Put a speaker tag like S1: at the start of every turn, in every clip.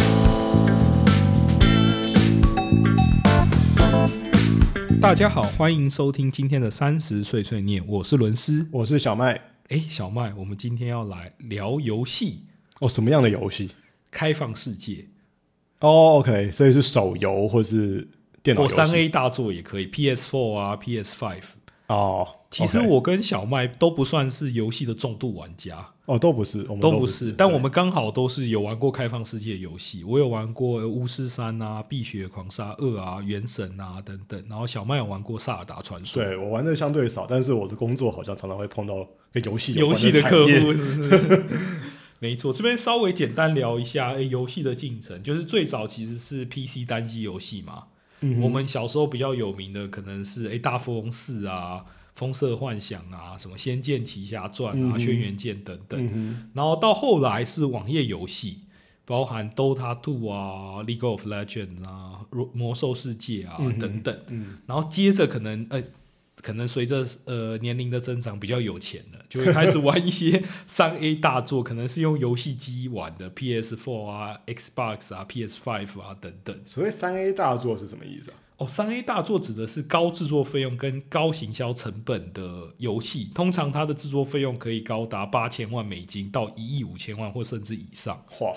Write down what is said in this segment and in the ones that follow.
S1: 嗯
S2: 大家好，欢迎收听今天的三十岁碎念，我是伦斯。
S1: 我是小麦。
S2: 哎，小麦，我们今天要来聊游戏，
S1: 哦，什么样的游戏？
S2: 开放世界
S1: 哦，OK，所以是手游或是电脑
S2: 或
S1: 游
S2: 三
S1: 戏
S2: A 大作也可以，PS4 啊，PS Five。
S1: 哦。
S2: 其实
S1: OK
S2: 我跟小麦都不算是游戏的重度玩家，
S1: 哦都不是，我们
S2: 都
S1: 不
S2: 不是，但
S1: 对
S2: 我们刚好都是有玩过开放世界的游戏。我有玩过呃巫师三啊、碧血狂杀二啊、原神啊等等，然后小麦有玩过萨尔达传说。
S1: 对我玩的相对少，但是我的工作好像常常会碰到跟游戏有
S2: 游
S1: 关
S2: 戏的
S1: 产
S2: 客户
S1: 业
S2: 是 不是？没错，这边稍微简单聊一下诶游戏的进程，就是最早其实是 PC 单机游戏嘛。
S1: 嗯
S2: 我们小时候比较有名的可能是诶大富翁四》啊、《风色幻想》啊、什么《仙剑奇侠传》
S1: 嗯
S2: 啊、
S1: 哼
S2: 轩辕剑》等等。
S1: 嗯
S2: 然后到后来是网页游戏，包含《Dota 2》啊、《League of Legends》啊、《魔兽世界啊》
S1: 嗯哼
S2: 等等。
S1: 哼嗯，
S2: 然后接着可能呃，可能随着呃年龄的增长比较有钱了，就会开始玩一 些三 A 大作，可能是用游戏机玩的 PS4 啊、Xbox 啊、PS5 啊等等。
S1: 所谓三 A 大作是什么意思啊？
S2: 哦，三 A 大作指的是高制作费用跟高行销成本的游戏，通常它的制作费用可以高达八千万美金到一亿五千万或甚至以上，
S1: 哇，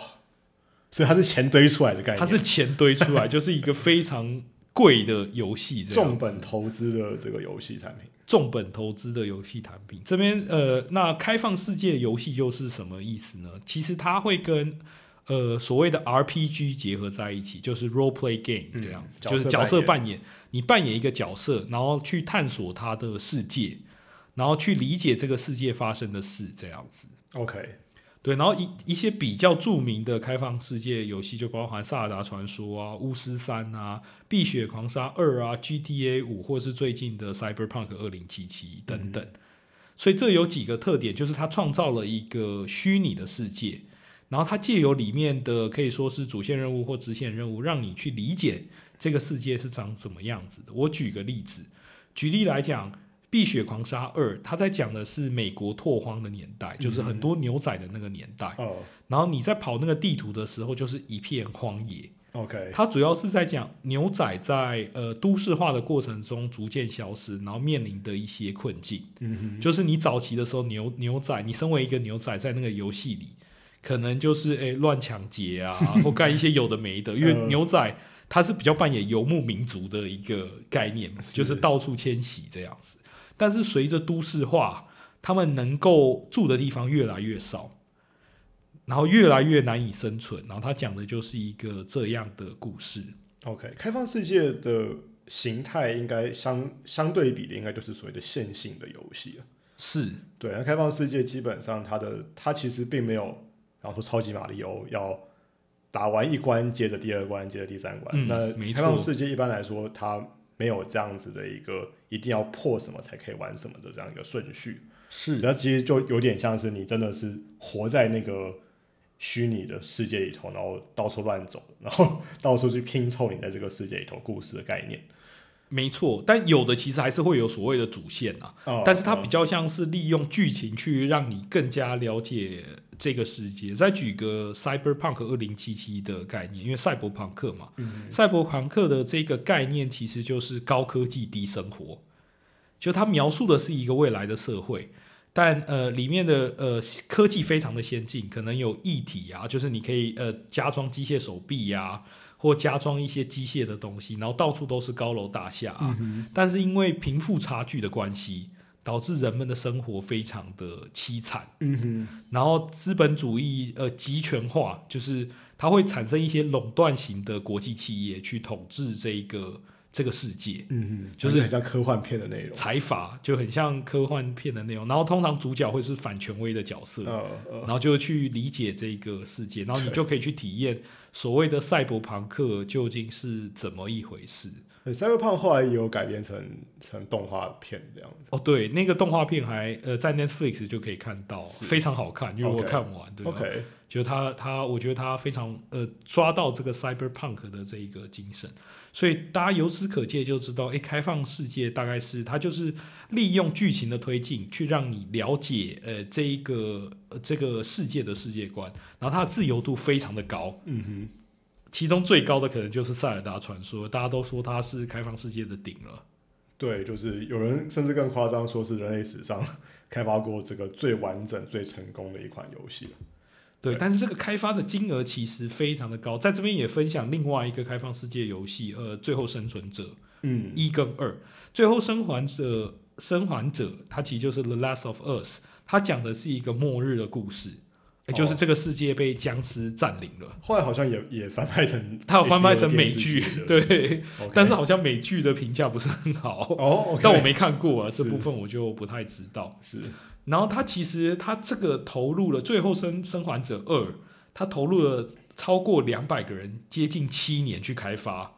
S1: 所以它是钱堆出来的概念，
S2: 它是钱堆出 来，就是一个非常贵的游戏，这样
S1: 重
S2: 子
S1: 本投资的这个游戏产品。
S2: 重本投资的游戏产品。这边呃，那开放世界游戏又是什么意思呢？其实它会跟呃所谓的 RPG 结合在一起，就是 role play game
S1: 嗯
S2: 这样子，
S1: 角色
S2: 就是角色
S1: 扮演
S2: 扮演，你扮演一个角色，然后去探索它的世界，然后去理解这个世界发生的事这样子。
S1: OK，
S2: 对，然后一一些比较著名的开放世界游戏就包含《萨尔达传说》啊、《巫师三》啊、《碧血狂杀二》啊、《GTA 五》或是最近的《Cyberpunk 二零七七》等等。所以这有几个特点，就是它创造了一个虚拟的世界，然后它借由里面的可以说是主线任务或支线任务，让你去理解这个世界是长怎么样子的。我举个例子，举例来讲，《碧血狂杀二》它在讲的是美国拓荒的年代，就是很多牛仔的那个年代。
S1: 哦
S2: 然后你在跑那个地图的时候，就是一片荒野。
S1: ，OK，
S2: 它主要是在讲牛仔在呃都市化的过程中逐渐消失，然后面临的一些困境。
S1: 嗯
S2: 就是你早期的时候牛牛仔，你身为一个牛仔，在那个游戏里，可能就是诶乱抢劫 啊，或干一些有的没的，因为
S1: 呃
S2: 牛仔他是比较扮演游牧民族的一个概念，就是到处迁徙这样子。但是随着都市化，他们能够住的地方越来越少。然后越来越难以生存，然后他讲的就是一个这样的故事。
S1: 哼，OK，开放世界的形态应该相相对比的，应该就是所谓的线性的游戏了。
S2: 是，
S1: 对，那开放世界基本上它的它其实并没有，然后说超级马里奥要打完一关接着第二关接着第三关。
S2: 嗯没错
S1: 那开放世界一般来说它没有这样子的一个一定要破什么才可以玩什么的这样一个顺序。
S2: 是
S1: 那其实就有点像是你真的是活在那个虚拟的世界里头，然后到处乱走，然后 到处去拼凑你在这个世界里头故事的概念。
S2: 没错，但有的其实还是会有所谓的主线啊，
S1: 哦
S2: 但是它
S1: 嗯
S2: 比较像是利用剧情去让你更加了解这个世界。再举个 Cyberpunk 二零七七的概念，因为赛博朋克嘛，
S1: 嗯
S2: 赛博朋克的这个概念其实就是高科技低生活，就它描述的是一个未来的社会。但呃，里面的呃科技非常的先进，可能有异体啊，就是你可以呃加装机械手臂呀、或加装一些机械的东西，然后到处都是高楼大厦啊。但是因为贫富差距的关系，导致人们的生活非常的凄惨。
S1: 嗯
S2: 然后资本主义呃集权化，就是它会产生一些垄断型的国际企业去统治这一个这个世界。
S1: 哼，嗯哼，
S2: 就
S1: 就是是很像科幻片的内容。
S2: 财阀就很像科幻片的内容，然后通常主角会是反权威的角色，
S1: 呃呃
S2: 然，后就去理解这个世界，然后你
S1: 对
S2: 就可以去体验所谓的赛博朋克究竟是怎么一回事。
S1: 对 Cyberpunk 后来也有改编成成动画片这样子。
S2: 哦，对，那个动画片还呃在 Netflix 就可以看到，
S1: 是
S2: 非常好看，因为我
S1: OK
S2: 看完对吧
S1: OK，
S2: 就他他，我觉得他非常呃抓到这个 cyberpunk 的这一个精神，所以大家由此可见就知道，诶，开放世界大概是它就是利用剧情的推进去让你了解呃这一个、呃、这个世界的世界观，然后它的自由度非常的高，
S1: 嗯
S2: 其中最高的可能就是塞尔达传说，大家都说它是开放世界的顶了。
S1: 哼，对，就是有人甚至更夸张，说是人类史上 开发过这个最完整、最成功的一款游戏了。
S2: 对，
S1: 对
S2: 但是这个开发的金额其实非常的高，在这边也分享另外一个开放世界游戏，呃，《最后生存者》
S1: 嗯，
S2: 一跟二，《最后生还者》生还者，它其实就是《The Last of Us》，它讲的是一个末日的故事，也就是
S1: 哦
S2: 这个世界被僵尸占领了。
S1: 后来好像也也翻拍成，
S2: 它有翻拍成美剧， 对，
S1: OK
S2: 但是好像美剧的评价不是很好，
S1: 哦，
S2: 但我没看过啊，这
S1: 是
S2: 部分我就不太知道。
S1: 是
S2: 然后他其实他这个投入了《最后生生还者二》，他投入了超过两百个人，接近七年去开发，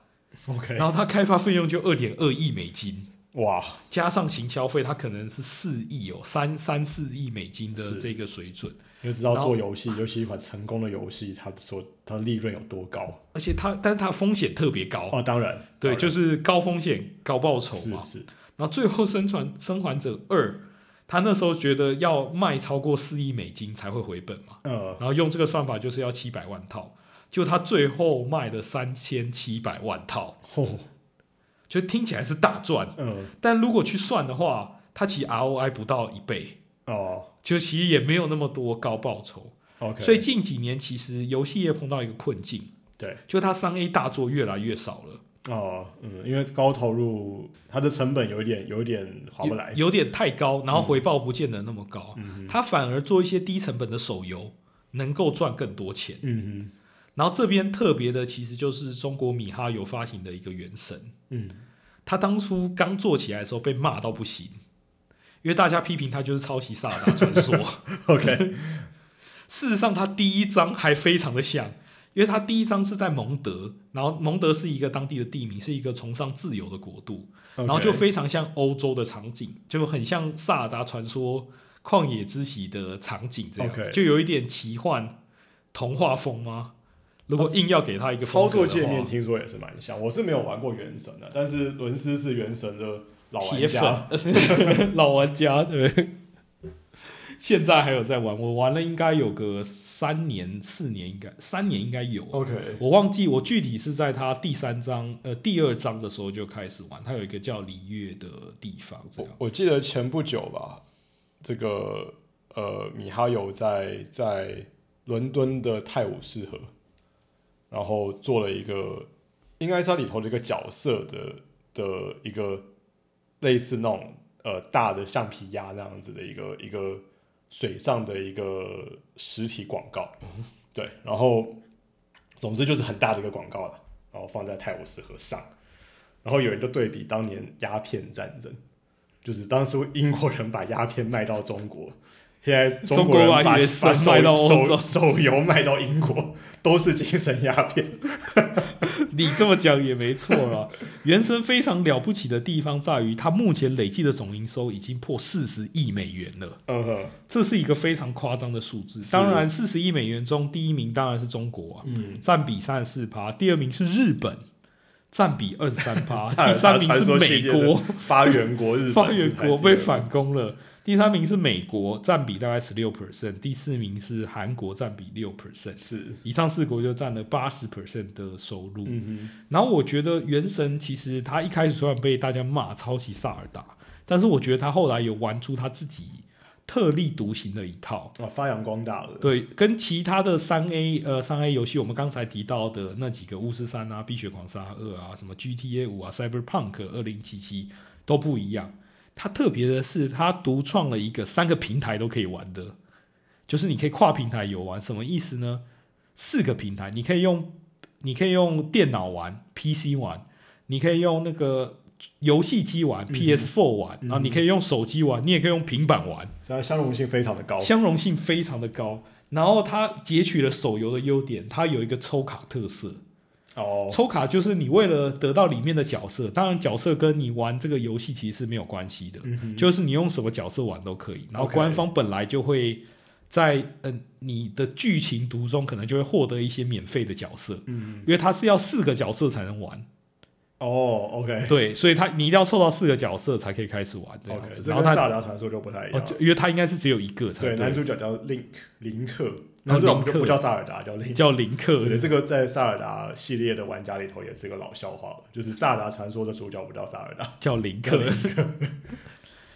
S1: OK，
S2: 然后他开发费用就二点二亿美金，
S1: 哇，
S2: 加上行销费，他可能是四亿哦，三三四亿美金的
S1: 是
S2: 这个水准，
S1: 你就知道
S2: 然后
S1: 做游戏，尤其一款成功的游戏，它所它的利润有多高
S2: 而且他但是他风险特别高，
S1: 哦，当然，
S2: 对，
S1: 当然
S2: 就是高风险高报酬嘛。
S1: 是是，
S2: 然后最后生传生还者二，他那时候觉得要卖超过四亿美金才会回本嘛。
S1: 呃，
S2: 然后用这个算法就是要七百万套，就他最后卖了三千七百万套，
S1: 嚯，
S2: 就听起来是大赚，
S1: 嗯，
S2: 但如果去算的话，它其实 ROI 不到一倍，
S1: 哦
S2: 就其实也没有那么多高报酬。
S1: ，OK，
S2: 所以近几年其实游戏业碰到一个困境，
S1: 对，
S2: 就它三 A 大作越来越少了，
S1: 哦，嗯，因为高投入，它的成本有一点有一点划不来，
S2: 有有点太高，然后回报不见得那么高，
S1: 嗯
S2: 它反而做一些低成本的手游。能够赚更多钱，
S1: 嗯
S2: 然后这边特别的其实就是中国米哈游发行的一个《原神》，
S1: 哼 嗯，
S2: 他当初刚做起来的时候被骂到不行，因为大家批评他就是抄袭《萨尔达传 说》。
S1: ，OK，
S2: 事实上，他第一章还非常的像，因为他第一章是在蒙德，然后蒙德是一个当地的地名，是一个崇尚自由的国度，然后就非常像欧洲的场景，就很像《萨尔达传说》旷野之息的场景这样子
S1: OK
S2: 就有一点奇幻童话风吗？如果硬要给他一个风
S1: 操
S2: 格的
S1: 作界
S2: 话
S1: 面听说也是蛮像，我是没有玩过原神的，但是伦斯是原神的老玩
S2: 铁
S1: 家，
S2: 粉 老玩家，对。现在还有在玩，我玩了应该有个三年、四年，应该三年应该有。
S1: OK，
S2: 我忘记我具体是在他第三章呃第二章的时候就开始玩，他有一个叫璃月的地方，这
S1: 我
S2: 样
S1: 我记得前不久吧，这个呃，米哈游在在伦敦的泰晤士河，然后做了一个，应该是它里头的一个角色的的一个类似那种呃大的橡皮鸭那样子的一个一个水上的一个实体广告，
S2: 嗯
S1: 对，然后总之就是很大的一个广告了，然后放在泰晤士河上。然后有人就对比当年鸦片战争，就是当初英国人把鸦片卖到中国，现在中国人
S2: 中国把
S1: 把
S2: 野
S1: 手
S2: 生卖到欧洲
S1: 手手游卖到英国，都是精神鸦片。
S2: 你这么讲也没错了。原神非常了不起的地方在于，它目前累计的总营收已经破四十亿美元了，
S1: 嗯哼，
S2: 这是一个非常夸张的数字。
S1: 是
S2: 当然，四十亿美元中第一名当然是中国啊，
S1: 嗯，
S2: 占比三十四趴，第二名是日本，占比二十三 趴，
S1: 萨尔
S2: 第三名
S1: 达传
S2: 是
S1: 说系
S2: 美
S1: 列的
S2: 国，
S1: 发源国日本
S2: 发源
S1: 是排
S2: 国
S1: 第
S2: 被
S1: 二
S2: 反攻了。第三名是美国，占比大概十六 percent，第四名是韩国，占比六 percent。
S1: 是，
S2: 以上四国就占了八十 percent 的收入。
S1: 嗯
S2: 然后我觉得《原神》其实它一开始虽然被大家骂抄袭《萨尔达》，但是我觉得它后来有玩出它自己特立独行的一套。
S1: 哼，啊，发扬光大了，
S2: 对，跟其他的三 A 呃三 A 游戏，我们刚才提到的那几个《巫师三》啊，《碧血狂杀二》啊，什么 GTA 五啊，《Cyberpunk 二零七七》都不一样。它特别的是，它独创了一个三个平台都可以玩的，就是你可以跨平台游玩。什么意思呢？四个平台，你可以用你可以用电脑玩，PC 玩，你可以用那个游戏机玩，PS4 玩，然后你可以用手机玩，你也可以用平板玩。
S1: 所以它相容性非常的高。
S2: 相容性非常的高。然后它截取了手游的优点，它有一个抽卡特色。
S1: 哦，
S2: 抽卡就是你为了得到里面的角色，当然角色跟你玩这个游戏其实是没有关系的，
S1: 嗯哼，
S2: 就是你用什么角色玩都可以。然后
S1: OK
S2: 官方本来就会在嗯、呃你的剧情途中可能就会获得一些免费的角色，
S1: 嗯，
S2: 因为它是要四个角色才能玩，
S1: 哦，OK，
S2: 对，所以它你一定要凑到四个角色才可以开始玩这样
S1: OK，
S2: 子。
S1: 这
S2: 啊然后哦
S1: 跟
S2: 它
S1: 萨达传说就不太一
S2: 哦
S1: 样。，
S2: 就因为它应该是只有一个才
S1: 对，
S2: 对
S1: 男主角叫 Link 林克，
S2: 然后
S1: 然后这种
S2: 林
S1: 就不
S2: 克
S1: 叫萨尔达，叫林克。
S2: 叫林克，
S1: 对，这个在萨尔达系列的玩家里头也是个老笑话了，就是萨尔达传说的主角不叫萨尔达，
S2: 叫林克。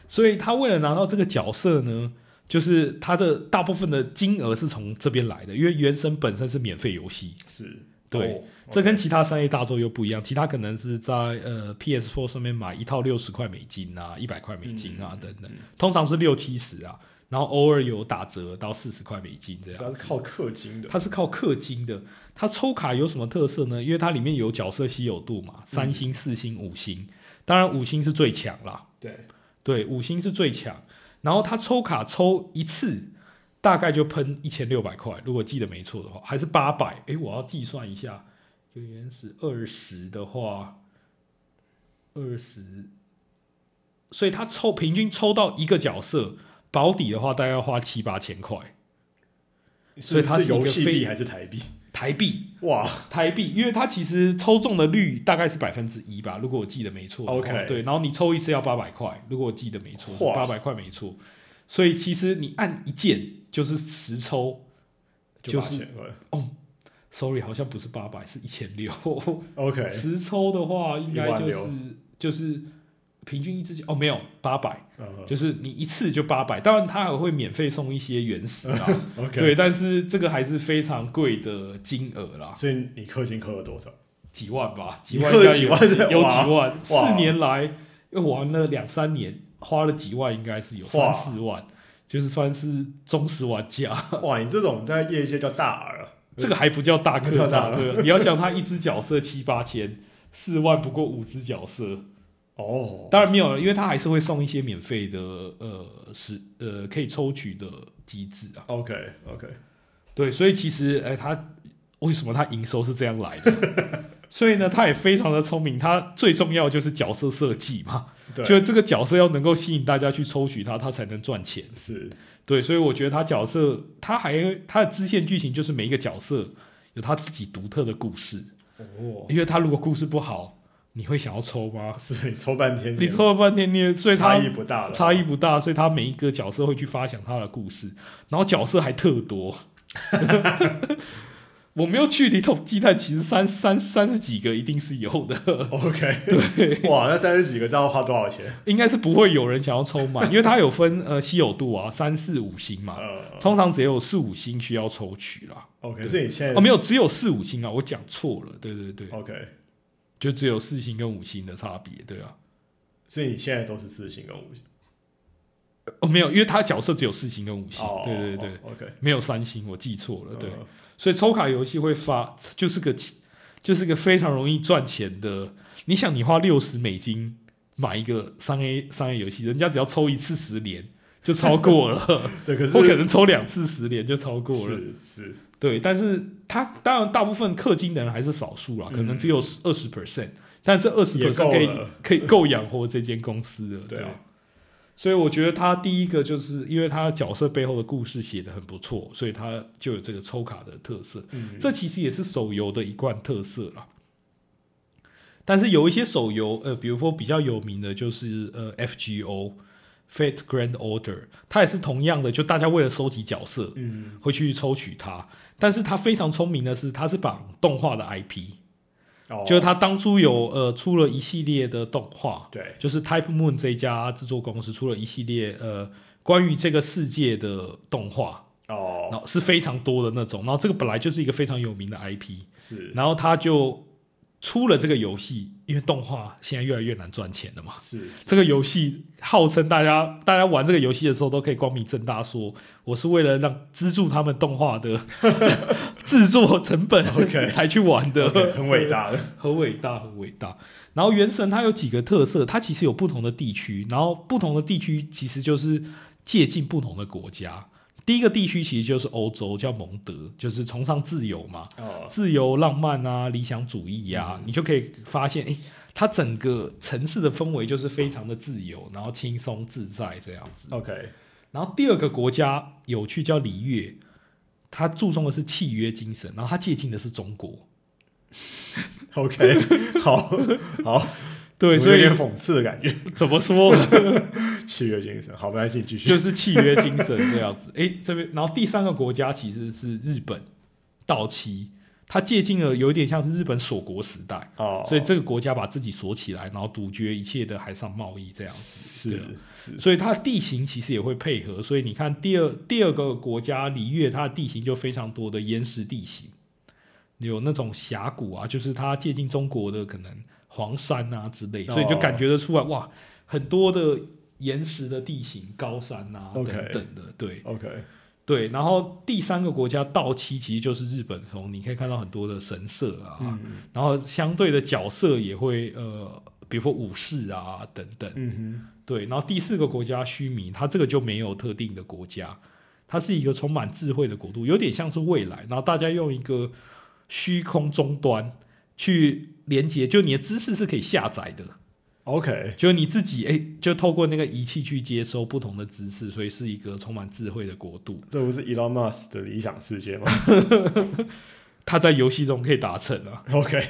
S2: 所以他为了拿到这个角色呢，就是他的大部分的金额是从这边来的，因为原神本身是免费游戏，
S1: 是
S2: 对
S1: 哦
S2: 这跟其他三 A 大作又不一样。其他可能是在呃 PS4 上面买一套六十块美金啊，一百块美金啊、
S1: 嗯
S2: 等等
S1: 嗯，
S2: 通常是六七十啊，然后偶尔有打折到四十块美金这
S1: 主
S2: 样。
S1: 要是靠氪金的，
S2: 它是靠氪金的。它抽卡有什么特色呢？因为它里面有角色稀有度嘛，三
S1: 嗯
S2: 星、四星、五星，当然五星是最强啦，
S1: 对，
S2: 对，五星是最强。然后它抽卡抽一次，大概就喷一千六百块，如果记得没错的话，还是八百。诶，我要计算一下，有原始二十的话，二十，所以它抽平均抽到一个角色保底的话，大概要花七八千块所以它
S1: 是
S2: 是
S1: 是
S2: 一个
S1: 游戏
S2: 非
S1: 币还是台币？
S2: 台币。
S1: 哇，
S2: 台币，因为它其实抽中的率大概是百分之一吧，如果我记得没错的话。
S1: OK
S2: 对，然后你抽一次要八百块，如果我记得没错，
S1: 哇
S2: 八百块没错。所以其实你按一键就是十抽就是
S1: 8000块
S2: ，sorry，好像不是八百，是一千六。
S1: OK，
S2: 十抽的话，应该就
S1: 一
S2: 是
S1: 万
S2: 就是平均一只哦，没有八百
S1: 嗯
S2: 就是你一次就八百。当然，它还会免费送一些原石啊，
S1: ，OK，
S2: 对，但是这个还是非常贵的金额啦，
S1: 所以你氪金氪了多少？
S2: 几万吧，几
S1: 你
S2: 万
S1: 氪
S2: 应
S1: 了
S2: 该
S1: 几
S2: 有
S1: 万？
S2: 有
S1: 哇
S2: 几万，
S1: 哇
S2: 四年来又玩了两三年，花了几万，应该是有
S1: 哇
S2: 三四万，就是算是忠实玩家。
S1: 哇，你这种在业界叫大 R 啊，
S2: 这个还不叫大
S1: 不
S2: 客
S1: 叫
S2: 栈，
S1: 大
S2: 对吧？你要想他一只角色七八千，四万不过五只角色，
S1: 哦，
S2: 当然没有了，因为他还是会送一些免费的呃是呃可以抽取的机制啊。
S1: OK OK，
S2: 对，所以其实哎、他为什么他营收是这样来的？ 所以呢，他也非常的聪明，他最重要就是角色设计嘛。
S1: 对，
S2: 就是这个角色要能够吸引大家去抽取它，它才能赚钱。
S1: 是
S2: 对，所以我觉得他角色，他还他的支线剧情就是每一个角色有他自己独特的故事，
S1: 哦，
S2: 因为他如果故事不好，你会想要抽吗？
S1: 是你抽半天，
S2: 你抽了半天，你也所以
S1: 差
S2: 他
S1: 异不大了，
S2: 差异不大，所以他每一个角色会去发想他的故事，然后角色还特多。 我没有去里头鸡蛋，其实三三三十几个一定是有的。
S1: OK，对，哇，那三十几个知道花多少钱？
S2: 应该是不会有人想要抽满，因为它有分呃稀有度啊，三四五星嘛，
S1: 呃
S2: 通常只有四五星需要抽取啦。
S1: ，OK，所以你现
S2: 哦，
S1: 在
S2: 没有，只有四五星啊，我讲错了，对对对，
S1: OK，
S2: 就只有四星跟五星的差别，对啊。
S1: 所以你现在都是四星跟五星，
S2: 哦，没有，因为它角色只有四星跟五星，
S1: 哦，
S2: 对对对，
S1: o k
S2: 没有三星，我记错了，对。
S1: 嗯
S2: 所以抽卡游戏会发，就是个就是个非常容易赚钱的。你想，你花六十美金买一个三 A 三 A 游戏，人家只要抽一次十连就超过了。
S1: 对， 可
S2: 我可
S1: 是
S2: 能抽两次十连就超过了，
S1: 是是
S2: 对，但是他当然大部分氪金的人还是少数啦，
S1: 嗯
S2: 可能只有二十 percent，但这二十
S1: 也
S2: percent
S1: 够
S2: 可以
S1: 了
S2: 可以够养活这间公司了，
S1: 对啊
S2: 所以我觉得他第一个就是因为他角色背后的故事写得很不错，所以他就有这个抽卡的特色，
S1: 嗯，
S2: 这其实也是手游的一贯特色啦。但是有一些手游，呃，比如说比较有名的就是呃 FGO Fate Grand Order，它也是同样的，就大家为了收集角色
S1: 嗯
S2: 会去抽取它。但是它非常聪明的是，它是绑动画的 IP，、
S1: 哦，
S2: 就是它当初有呃出了一系列的动画，
S1: 对
S2: 就是 Type Moon 这家制作公司出了一系列呃关于这个世界的动画，
S1: 哦
S2: 然后是非常多的那种。然后这个本来就是一个非常有名的 IP，
S1: 是
S2: 然后他就出了这个游戏，因为动画现在越来越难赚钱了嘛。
S1: 是
S2: 这个游戏号称大家大家玩这个游戏的时候都可以光明正大说，我是为了让资助他们动画的 制作成本
S1: OK
S2: 才去玩的
S1: OK，很伟，大的，
S2: 很伟大，很伟大。然后《原神》它有几个特色，它其实有不同的地区，然后不同的地区其实就是借鉴不同的国家。第一个地区其实就是欧洲，叫蒙德，就是崇尚自由嘛，
S1: 哦
S2: 自由、浪漫啊、理想主义啊，你就可以发现，哎、它整个城市的氛围就是非常的自由，然后轻松自在这样子。
S1: ，OK，
S2: 然后第二个国家有趣叫里约，它注重的是契约精神，然后它借鉴的是中国。
S1: OK，好好，
S2: 对，
S1: 有
S2: 所以
S1: 点讽刺的感觉。
S2: 怎么说？
S1: 契约精神。好，没关系，你继续。
S2: 就是契约精神这样子。诶，这边，然后第三个国家其实是日本，到期，它借鉴了有一点像是日本锁国时代，
S1: 哦，
S2: 所以这个国家把自己锁起来，然后杜绝一切的海上贸易这样子。
S1: 是
S2: 对啊
S1: 是
S2: 所以它地形其实也会配合，所以你看第二第二个国家里越，它的地形就非常多的岩石地形，有那种峡谷啊，就是它接近中国的可能黄山啊之类，
S1: 哦
S2: 所以就感觉得出来哇，很多的岩石的地形、高山啊
S1: OK
S2: 等等的，对
S1: OK，
S2: 对。然后第三个国家到期其实就是日本，从你可以看到很多的神社啊，
S1: 嗯
S2: 然后相对的角色也会呃，比如说武士啊等等。
S1: 嗯
S2: 对，然后第四个国家须弥，它这个就没有特定的国家，它是一个充满智慧的国度，有点像是未来。然后大家用一个虚空终端去连接，就你的知识是可以下载的，
S1: 哼，OK，
S2: 就是你自己哎，就透过那个仪器去接收不同的知识，所以是一个充满智慧的国度。
S1: 这不是 Elon Musk 的理想世界吗
S2: 它在游戏中可以达成啊，
S1: ？OK，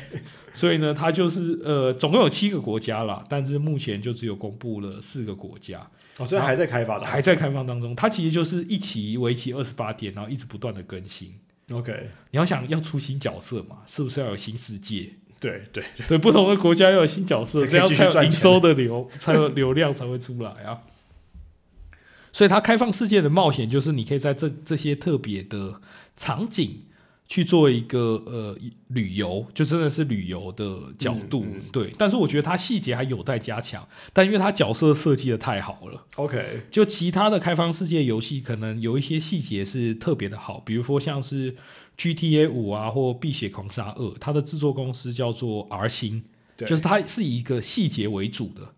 S2: 所以呢，它就是呃，总共有七个国家啦，但是目前就只有公布了四个国家。
S1: 哦，所以还在开发的，
S2: 啊还在开放当中，它其实就是一期为期二十八天，然后一直不断的更新。
S1: OK，
S2: 你要想要出新角色嘛，是不是要有新世界？
S1: 对对，
S2: 对，不同的国家要有新角色，
S1: 才可
S2: 这
S1: 以
S2: 样
S1: 继续
S2: 才有
S1: 赚
S2: 营
S1: 钱
S2: 收的流，才有流量才会出来啊。所以它开放世界的冒险，就是你可以在这这些特别的场景去做一个呃旅游，就真的是旅游的角度、
S1: 嗯嗯
S2: 对。但是我觉得它细节还有待加强，但因为它角色设计的太好了。
S1: OK，
S2: 就其他的开放世界游戏，可能有一些细节是特别的好，比如说像是 GTA 五啊，或《碧血狂杀二》，它的制作公司叫做 R 星，
S1: 对
S2: 就是它是以一个细节为主的。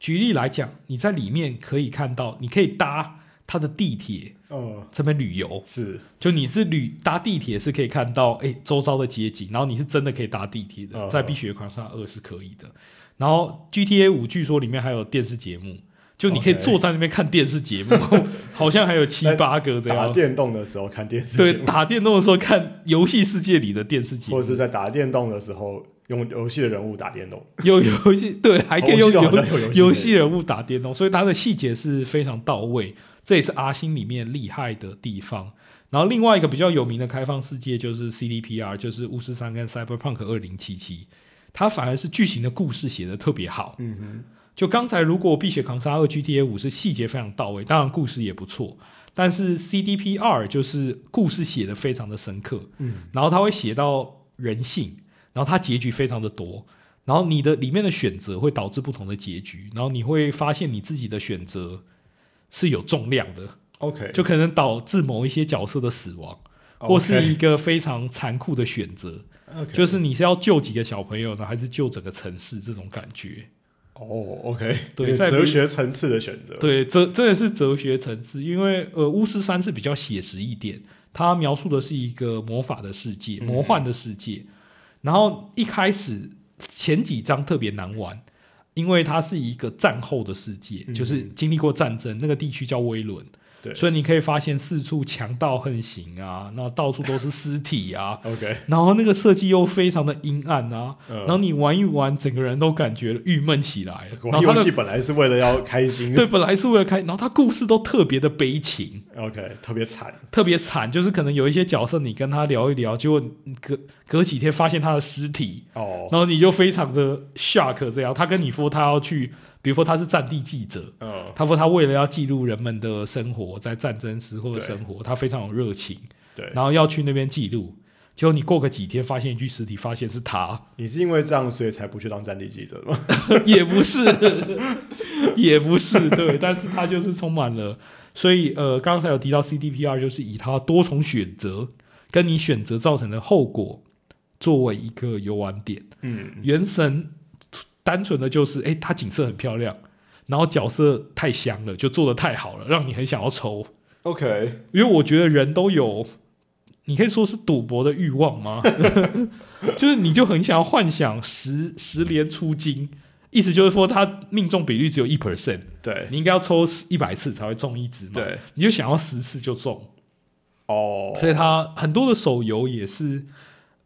S2: 举例来讲，你在里面可以看到，你可以搭它的地铁
S1: 哦，
S2: 这边旅游，
S1: 是
S2: 就你是旅搭地铁是可以看到哎、周遭的街景，然后你是真的可以搭地铁的，
S1: 嗯
S2: 在《碧血狂杀二》是可以的。然后 GTA 五据说里面还有电视节目，就你可以
S1: OK
S2: 坐在那边看电视 节目，好像还有七八个这
S1: 打
S2: 样。
S1: 电动的时候看电视
S2: 对
S1: 节，目，
S2: 打电动的时候看游戏世界里的电视节
S1: 或
S2: 目
S1: 者，是在打电动的时候用游戏的人物打电动，
S2: 有游戏对，还可以
S1: 哦
S2: 用
S1: 我记得
S2: 游
S1: 好像有游戏
S2: 游戏人物打电动，所以它的细节是非常到位，这也是阿星里面厉害的地方。然后另外一个比较有名的开放世界就是 CDPR，就是巫师三跟 Cyberpunk 二零七七，它反而是剧情的故事写的特别好。
S1: 嗯
S2: 就刚才如果《碧血狂杀二》GTA 五是细节非常到位，当然故事也不错，但是 CDPR 就是故事写的非常的深刻，
S1: 哼，嗯，
S2: 然后他会写到人性，然后他结局非常的多，然后你的里面的选择会导致不同的结局，然后你会发现你自己的选择是有重量的，
S1: OK，
S2: 就可能导致某一些角色的死亡，或是一个非常残酷的选择，
S1: 哦 OK，
S2: 就是你是要救几个小朋友呢，还是救整个城市这种感觉？
S1: 哦，OK，
S2: 对
S1: 有
S2: 在
S1: 哲学层次的选择，
S2: 对，这真的是哲学层次，因为呃，巫师三是比较写实一点，它描述的是一个魔法的世界、
S1: 嗯
S2: 魔幻的世界。然后一开始前几章特别难玩，因为它是一个战后的世界，
S1: 嗯
S2: 就是经历过战争，那个地区叫威伦，
S1: 对，
S2: 所以你可以发现四处强盗横行啊，那到处都是尸体啊
S1: ，OK，
S2: 然后那个设计又非常的阴暗啊，
S1: 嗯
S2: 然后你玩一玩，整个人都感觉郁闷起来了，然
S1: 玩
S2: 后它
S1: 游
S2: 的
S1: 戏本来是为了要开心，
S2: 对，本来是为了开，然后他故事都特别的悲情，
S1: ，OK，特别惨，
S2: 特别惨，就是可能有一些角色你跟他聊一聊，结果你隔隔几天发现他的尸体，
S1: 哦，
S2: 然后你就非常的 shock 这样。他跟你说他要去，比如说他是战地记者，
S1: 嗯，
S2: 他说他为了要记录人们的生活，在战争时候的生活，他非常有热情，
S1: 对，
S2: 然后要去那边记录。结果你过个几天发现一具尸体，发现是他，
S1: 你是因为这样所以才不去当战地记者吗？
S2: 也不是，也不是，对，但是它就是充满了，所以呃，刚才有提到 CDPR，就是以它多重选择跟你选择造成的后果作为一个游玩点。
S1: 嗯，
S2: 原神单纯的就是，诶，它景色很漂亮，然后角色太香了，就做的太好了，让你很想要抽。
S1: OK，
S2: 因为我觉得人都有，你可以说是赌博的欲望吗？ 就是你就很想要幻想十十连出金，意思就是说他命中比率只有一 percent，
S1: 对
S2: 你应该要抽一百次才会中一只嘛，
S1: 对，
S2: 你就想要十次就中，
S1: 哦，
S2: 所以他很多的手游也是，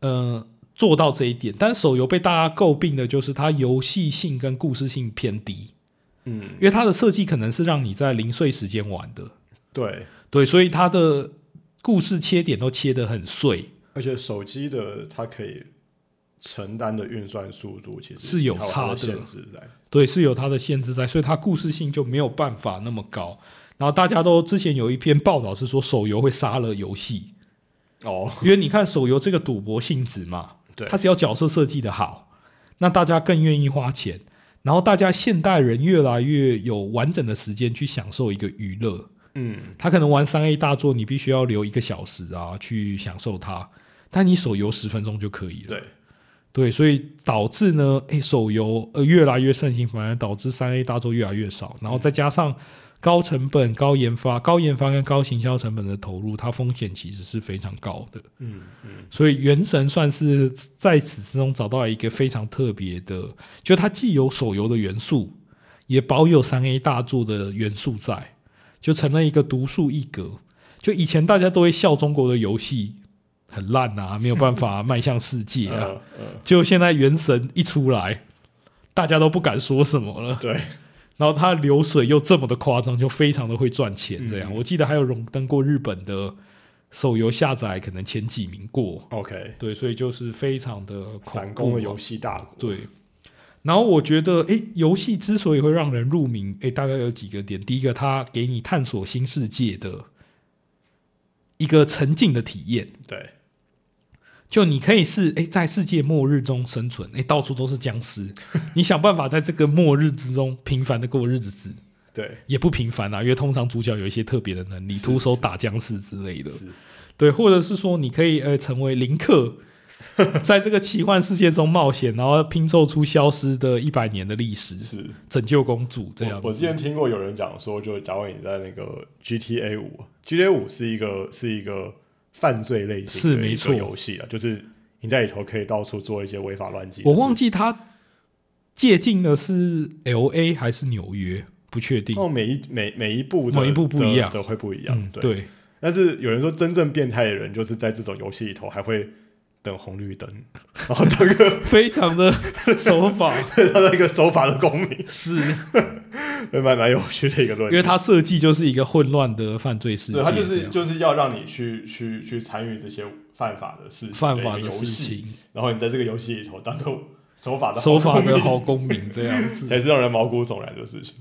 S2: 呃。做到这一点，但手游被大家诟病的就是它游戏性跟故事性偏低，
S1: 嗯，
S2: 因为它的设计可能是让你在零碎时间玩的，
S1: 对，
S2: 对，所以它的故事切点都切得很碎，
S1: 而且手机的它可以承担的运算速度其实
S2: 是有
S1: 它
S2: 差
S1: 它
S2: 的
S1: 的限制在。
S2: 对，是有它的限制在，所以它故事性就没有办法那么高。然后大家都之前有一篇报道是说手游会杀了游戏，
S1: 哦，
S2: 因为你看手游这个赌博性质嘛，
S1: 对
S2: 它，只要角色设计的好，那大家更愿意花钱。然后大家现代人越来越有完整的时间去享受一个娱乐，
S1: 嗯，
S2: 他可能玩三 A 大作，你必须要留一个小时啊去享受它，但你手游十分钟就可以了。
S1: 对，
S2: 对，所以导致呢，诶，手游呃越来越盛行，反而导致三 A 大作越来越少，然后再加上高成本、高研发、高研发跟高行销成本的投入，它风险其实是非常高的。
S1: 嗯嗯，
S2: 所以《原神》算是在此之中找到了一个非常特别的，就它既有手游的元素，也保有三 A 大作的元素在，就成了一个独树一格。就以前大家都会笑中国的游戏很烂啊，没有办法 迈向世界啊，
S1: 呃呃，
S2: 就现在《原神》一出来，大家都不敢说什么了。
S1: 嗯对，
S2: 然后它流水又这么的夸张，就非常的会赚钱。这样，
S1: 嗯
S2: 我记得还有荣登过日本的手游下载可能前几名过。
S1: OK，
S2: 对，所以就是非常的恐
S1: 反
S2: 怖
S1: 攻
S2: 啊
S1: 的游戏大国，
S2: 对。然后我觉得，诶，游戏之所以会让人入迷，诶，大概有几个点。第一个，它给你探索新世界的一个沉浸的体验。
S1: 对，
S2: 就你可以是诶，在世界末日中生存，诶，到处都是僵尸， 你想办法在这个末日之中平凡的过日子，
S1: 对，
S2: 也不平凡啊，因为通常主角有一些特别的能力，
S1: 是
S2: 徒手打僵尸之类的，
S1: 是，
S2: 对，或者是说你可以呃成为林 克，在这个奇幻世界中冒险，然后拼凑出消失的一百年的历史，
S1: 是。
S2: 拯救公主这样
S1: 我。我之前听过有人讲说，就假如你在那个 GTA 五，GTA 五是一个是一个犯罪类型
S2: 是
S1: 的
S2: 没
S1: 一
S2: 错
S1: 个游戏啊，就是你在里头可以到处做一些违法乱纪的事。
S2: 我忘记他借鉴的是 L A 还是纽约，不确定。
S1: 哦，每一每每一步的
S2: 每一步不一样
S1: 的的会不一样，
S2: 嗯，
S1: 对。
S2: 对，
S1: 但是有人说，真正变态的人就是在这种游戏里头还会等红绿灯，然后当个
S2: 非常的 手法
S1: 当那个守法的公民，
S2: 是，
S1: 对蛮蛮有趣的一个
S2: 因
S1: 论
S2: 为
S1: 点。
S2: 它设计就是一个混乱的犯罪世界
S1: 对，
S2: 这
S1: 他
S2: 样，
S1: 就是就是要让你去去去参与这些犯法的事情，
S2: 犯法
S1: 一
S2: 的
S1: 哎个游
S2: 事
S1: 戏，
S2: 情，
S1: 然后你在这个游戏里头当个守法的
S2: 守法
S1: 公
S2: 的
S1: 民
S2: 好公民这样子。
S1: 才是让人毛骨悚然的事情。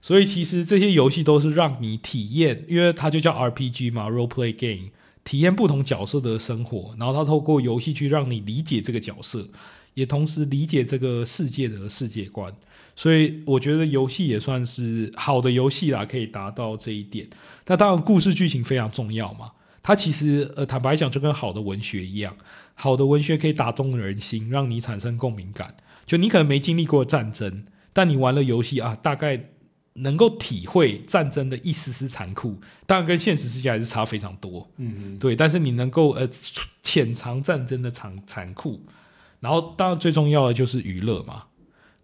S2: 所以其实这些游戏都是让你体验，因为它就叫 RPG 嘛，role play game，体验不同角色的生活，然后它透过游戏去让你理解这个角色，也同时理解这个世界的世界观。所以我觉得游戏也算是好的游戏啦，可以达到这一点。那当然，故事剧情非常重要嘛。它其实呃，坦白讲，就跟好的文学一样，好的文学可以打动人心，让你产生共鸣感。就你可能没经历过战争，但你玩了游戏啊，大概能够体会战争的一丝丝残酷，当然跟现实世界还是差非常多。
S1: 嗯，
S2: 对，但是你能够呃潜藏战争的残残酷，然后当然最重要的就是娱乐嘛，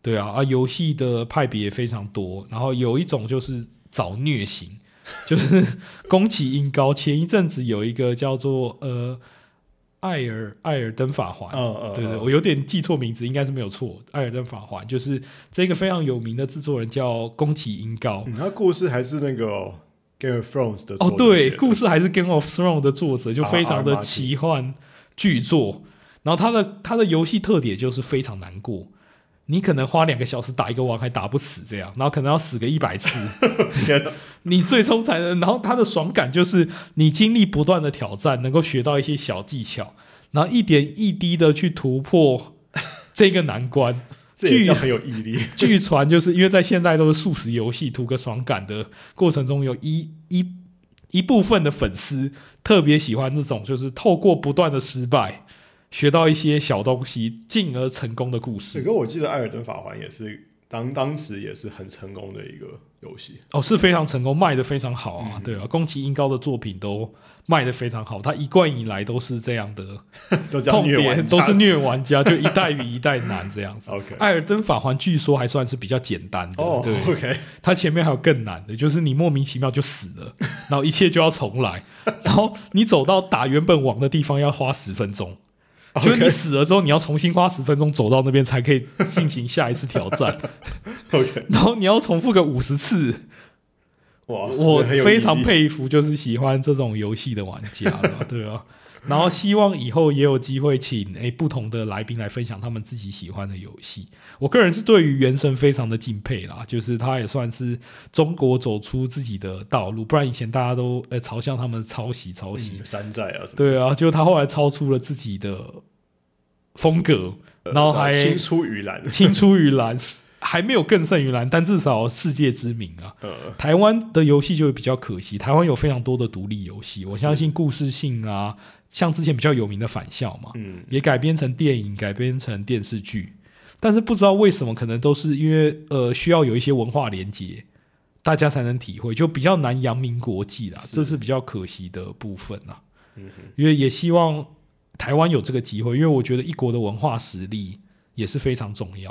S2: 对啊，啊游戏的派别非常多，然后有一种就是找虐型， 就是宫崎英高前一阵子有一个叫做呃艾尔艾尔登法环，
S1: 嗯嗯，
S2: 对对，
S1: 嗯
S2: 我有点记错名字，应该是没有错。艾尔登法环就是这个非常有名的制作人叫宫崎英高。
S1: 嗯，他故事还是那个《Game of Thrones》的
S2: 哦，
S1: 作者
S2: 对，
S1: 写的
S2: 故事还是《Game of Thrones》的作者，就
S1: 啊
S2: 非常的
S1: R. Martin
S2: 奇幻巨作。然后它的它的游戏特点就是非常难过，你可能花两个小时打一个王还打不死这样，然后可能要死个一百次，
S1: 天哪
S2: 你最终才能。然后它的爽感就是你经历不断的挑战，能够学到一些小技巧，然后一点一滴的去突破这个难关。
S1: 这也是
S2: 巨
S1: 很有毅力。
S2: 据传就是因为在现代都是素食游戏图个爽感的过程中，有一一一部分的粉丝特别喜欢这种，就是透过不断的失败学到一些小东西，进而成功的故
S1: 是，
S2: 事。
S1: 可我记得《艾尔登法环》也是当当时也是很成功的一个 游戏。
S2: 哦，是非常成功，卖的非常好啊，
S1: 嗯
S2: 对啊，宫崎英高的作品都卖的非常好，啊他一贯以来都是这样的
S1: 都 这样
S2: 痛
S1: 虐玩
S2: 点，
S1: 家
S2: 都是虐玩家，就一代比一代难这样 子。
S1: OK
S2: 艾尔登法环据说还算是比较简单的，
S1: 哦
S2: 对，
S1: ，OK，
S2: 它前面还有更难的，就是你莫名其妙就死了， 然后一切就要重来，然后你走到打原本王的地方要花十分钟，就是你死了之后，你要重新花十分钟走到那边才可以进行下一次挑战，
S1: OK，
S2: 然后你要重复个五十次。
S1: 哇，
S2: 我
S1: 很有
S2: 非
S1: 毅
S2: 常
S1: 力，
S2: 佩服，就是喜欢这种游戏的玩家 了，对啊。然后希望以后也有机会请诶不同的来宾来分享他们自己喜欢的游戏。我个人是对于《原神》非常的敬佩啦，就是他也算是中国走出自己的道路，不然以前大家都呃嘲笑他们抄袭抄袭，
S1: 嗯山寨啊什么，
S2: 对啊，就他后来超出了自己的风格，
S1: 呃
S2: 然后还
S1: 青出于蓝，
S2: 青出于蓝，还没有更胜于蓝，但至少世界知名啊。
S1: 呃，
S2: 台湾的游戏就会比较可惜，台湾有非常多的独立游戏，我
S1: 是
S2: 相信故事性啊，像之前比较有名的《返校》嘛，
S1: 嗯，
S2: 也改编成电影，改编成电视剧，但是不知道为什么，可能都是因为呃需要有一些文化连接，大家才能体会，就比较难扬名国际啦，
S1: 是
S2: 这是比较可惜的部分啊啦。
S1: 嗯哼
S2: 因为也希望台湾有这个机会，因为我觉得一国的文化实力也是非常重要。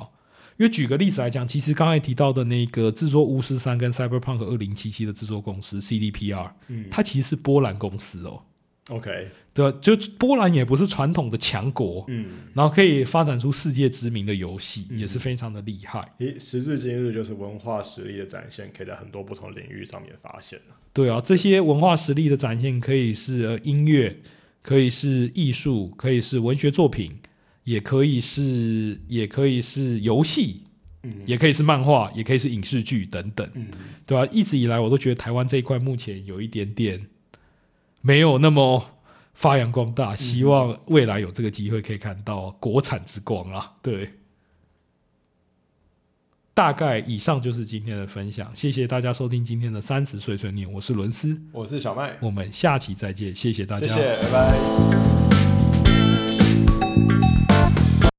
S2: 因为举个例子来讲，其实刚才提到的那个制作《巫师三》跟《Cyberpunk 二零七七》的制作公司 CDPR，
S1: 嗯
S2: 它其实是波兰公司哦，
S1: ，OK，
S2: 对吧？啊就波兰也不是传统的强国，
S1: 嗯，
S2: 然后可以发展出世界知名的游戏，
S1: 嗯
S2: 也是非常的厉害。
S1: 诶，时至今日，就是文化实力的展现，可以在很多不同领域上面发现啊
S2: 对啊，这些文化实力的展现可以是呃音乐，可以是艺术，可以是文学作品，也可以是也可以是游戏，
S1: 嗯
S2: 也可以是漫画，也可以是影视剧等等，
S1: 嗯，
S2: 对吧、一直以来我都觉得台湾这一块目前有一点点没有那么发扬光大，希望未来有这个机会可以看到国产之光啦。对，大概以上就是今天的分享，谢谢大家收听今天的三十岁碎念，我是伦斯，
S1: 我是小麦，
S2: 我们下期再见，谢谢大家。
S1: 谢谢，拜拜。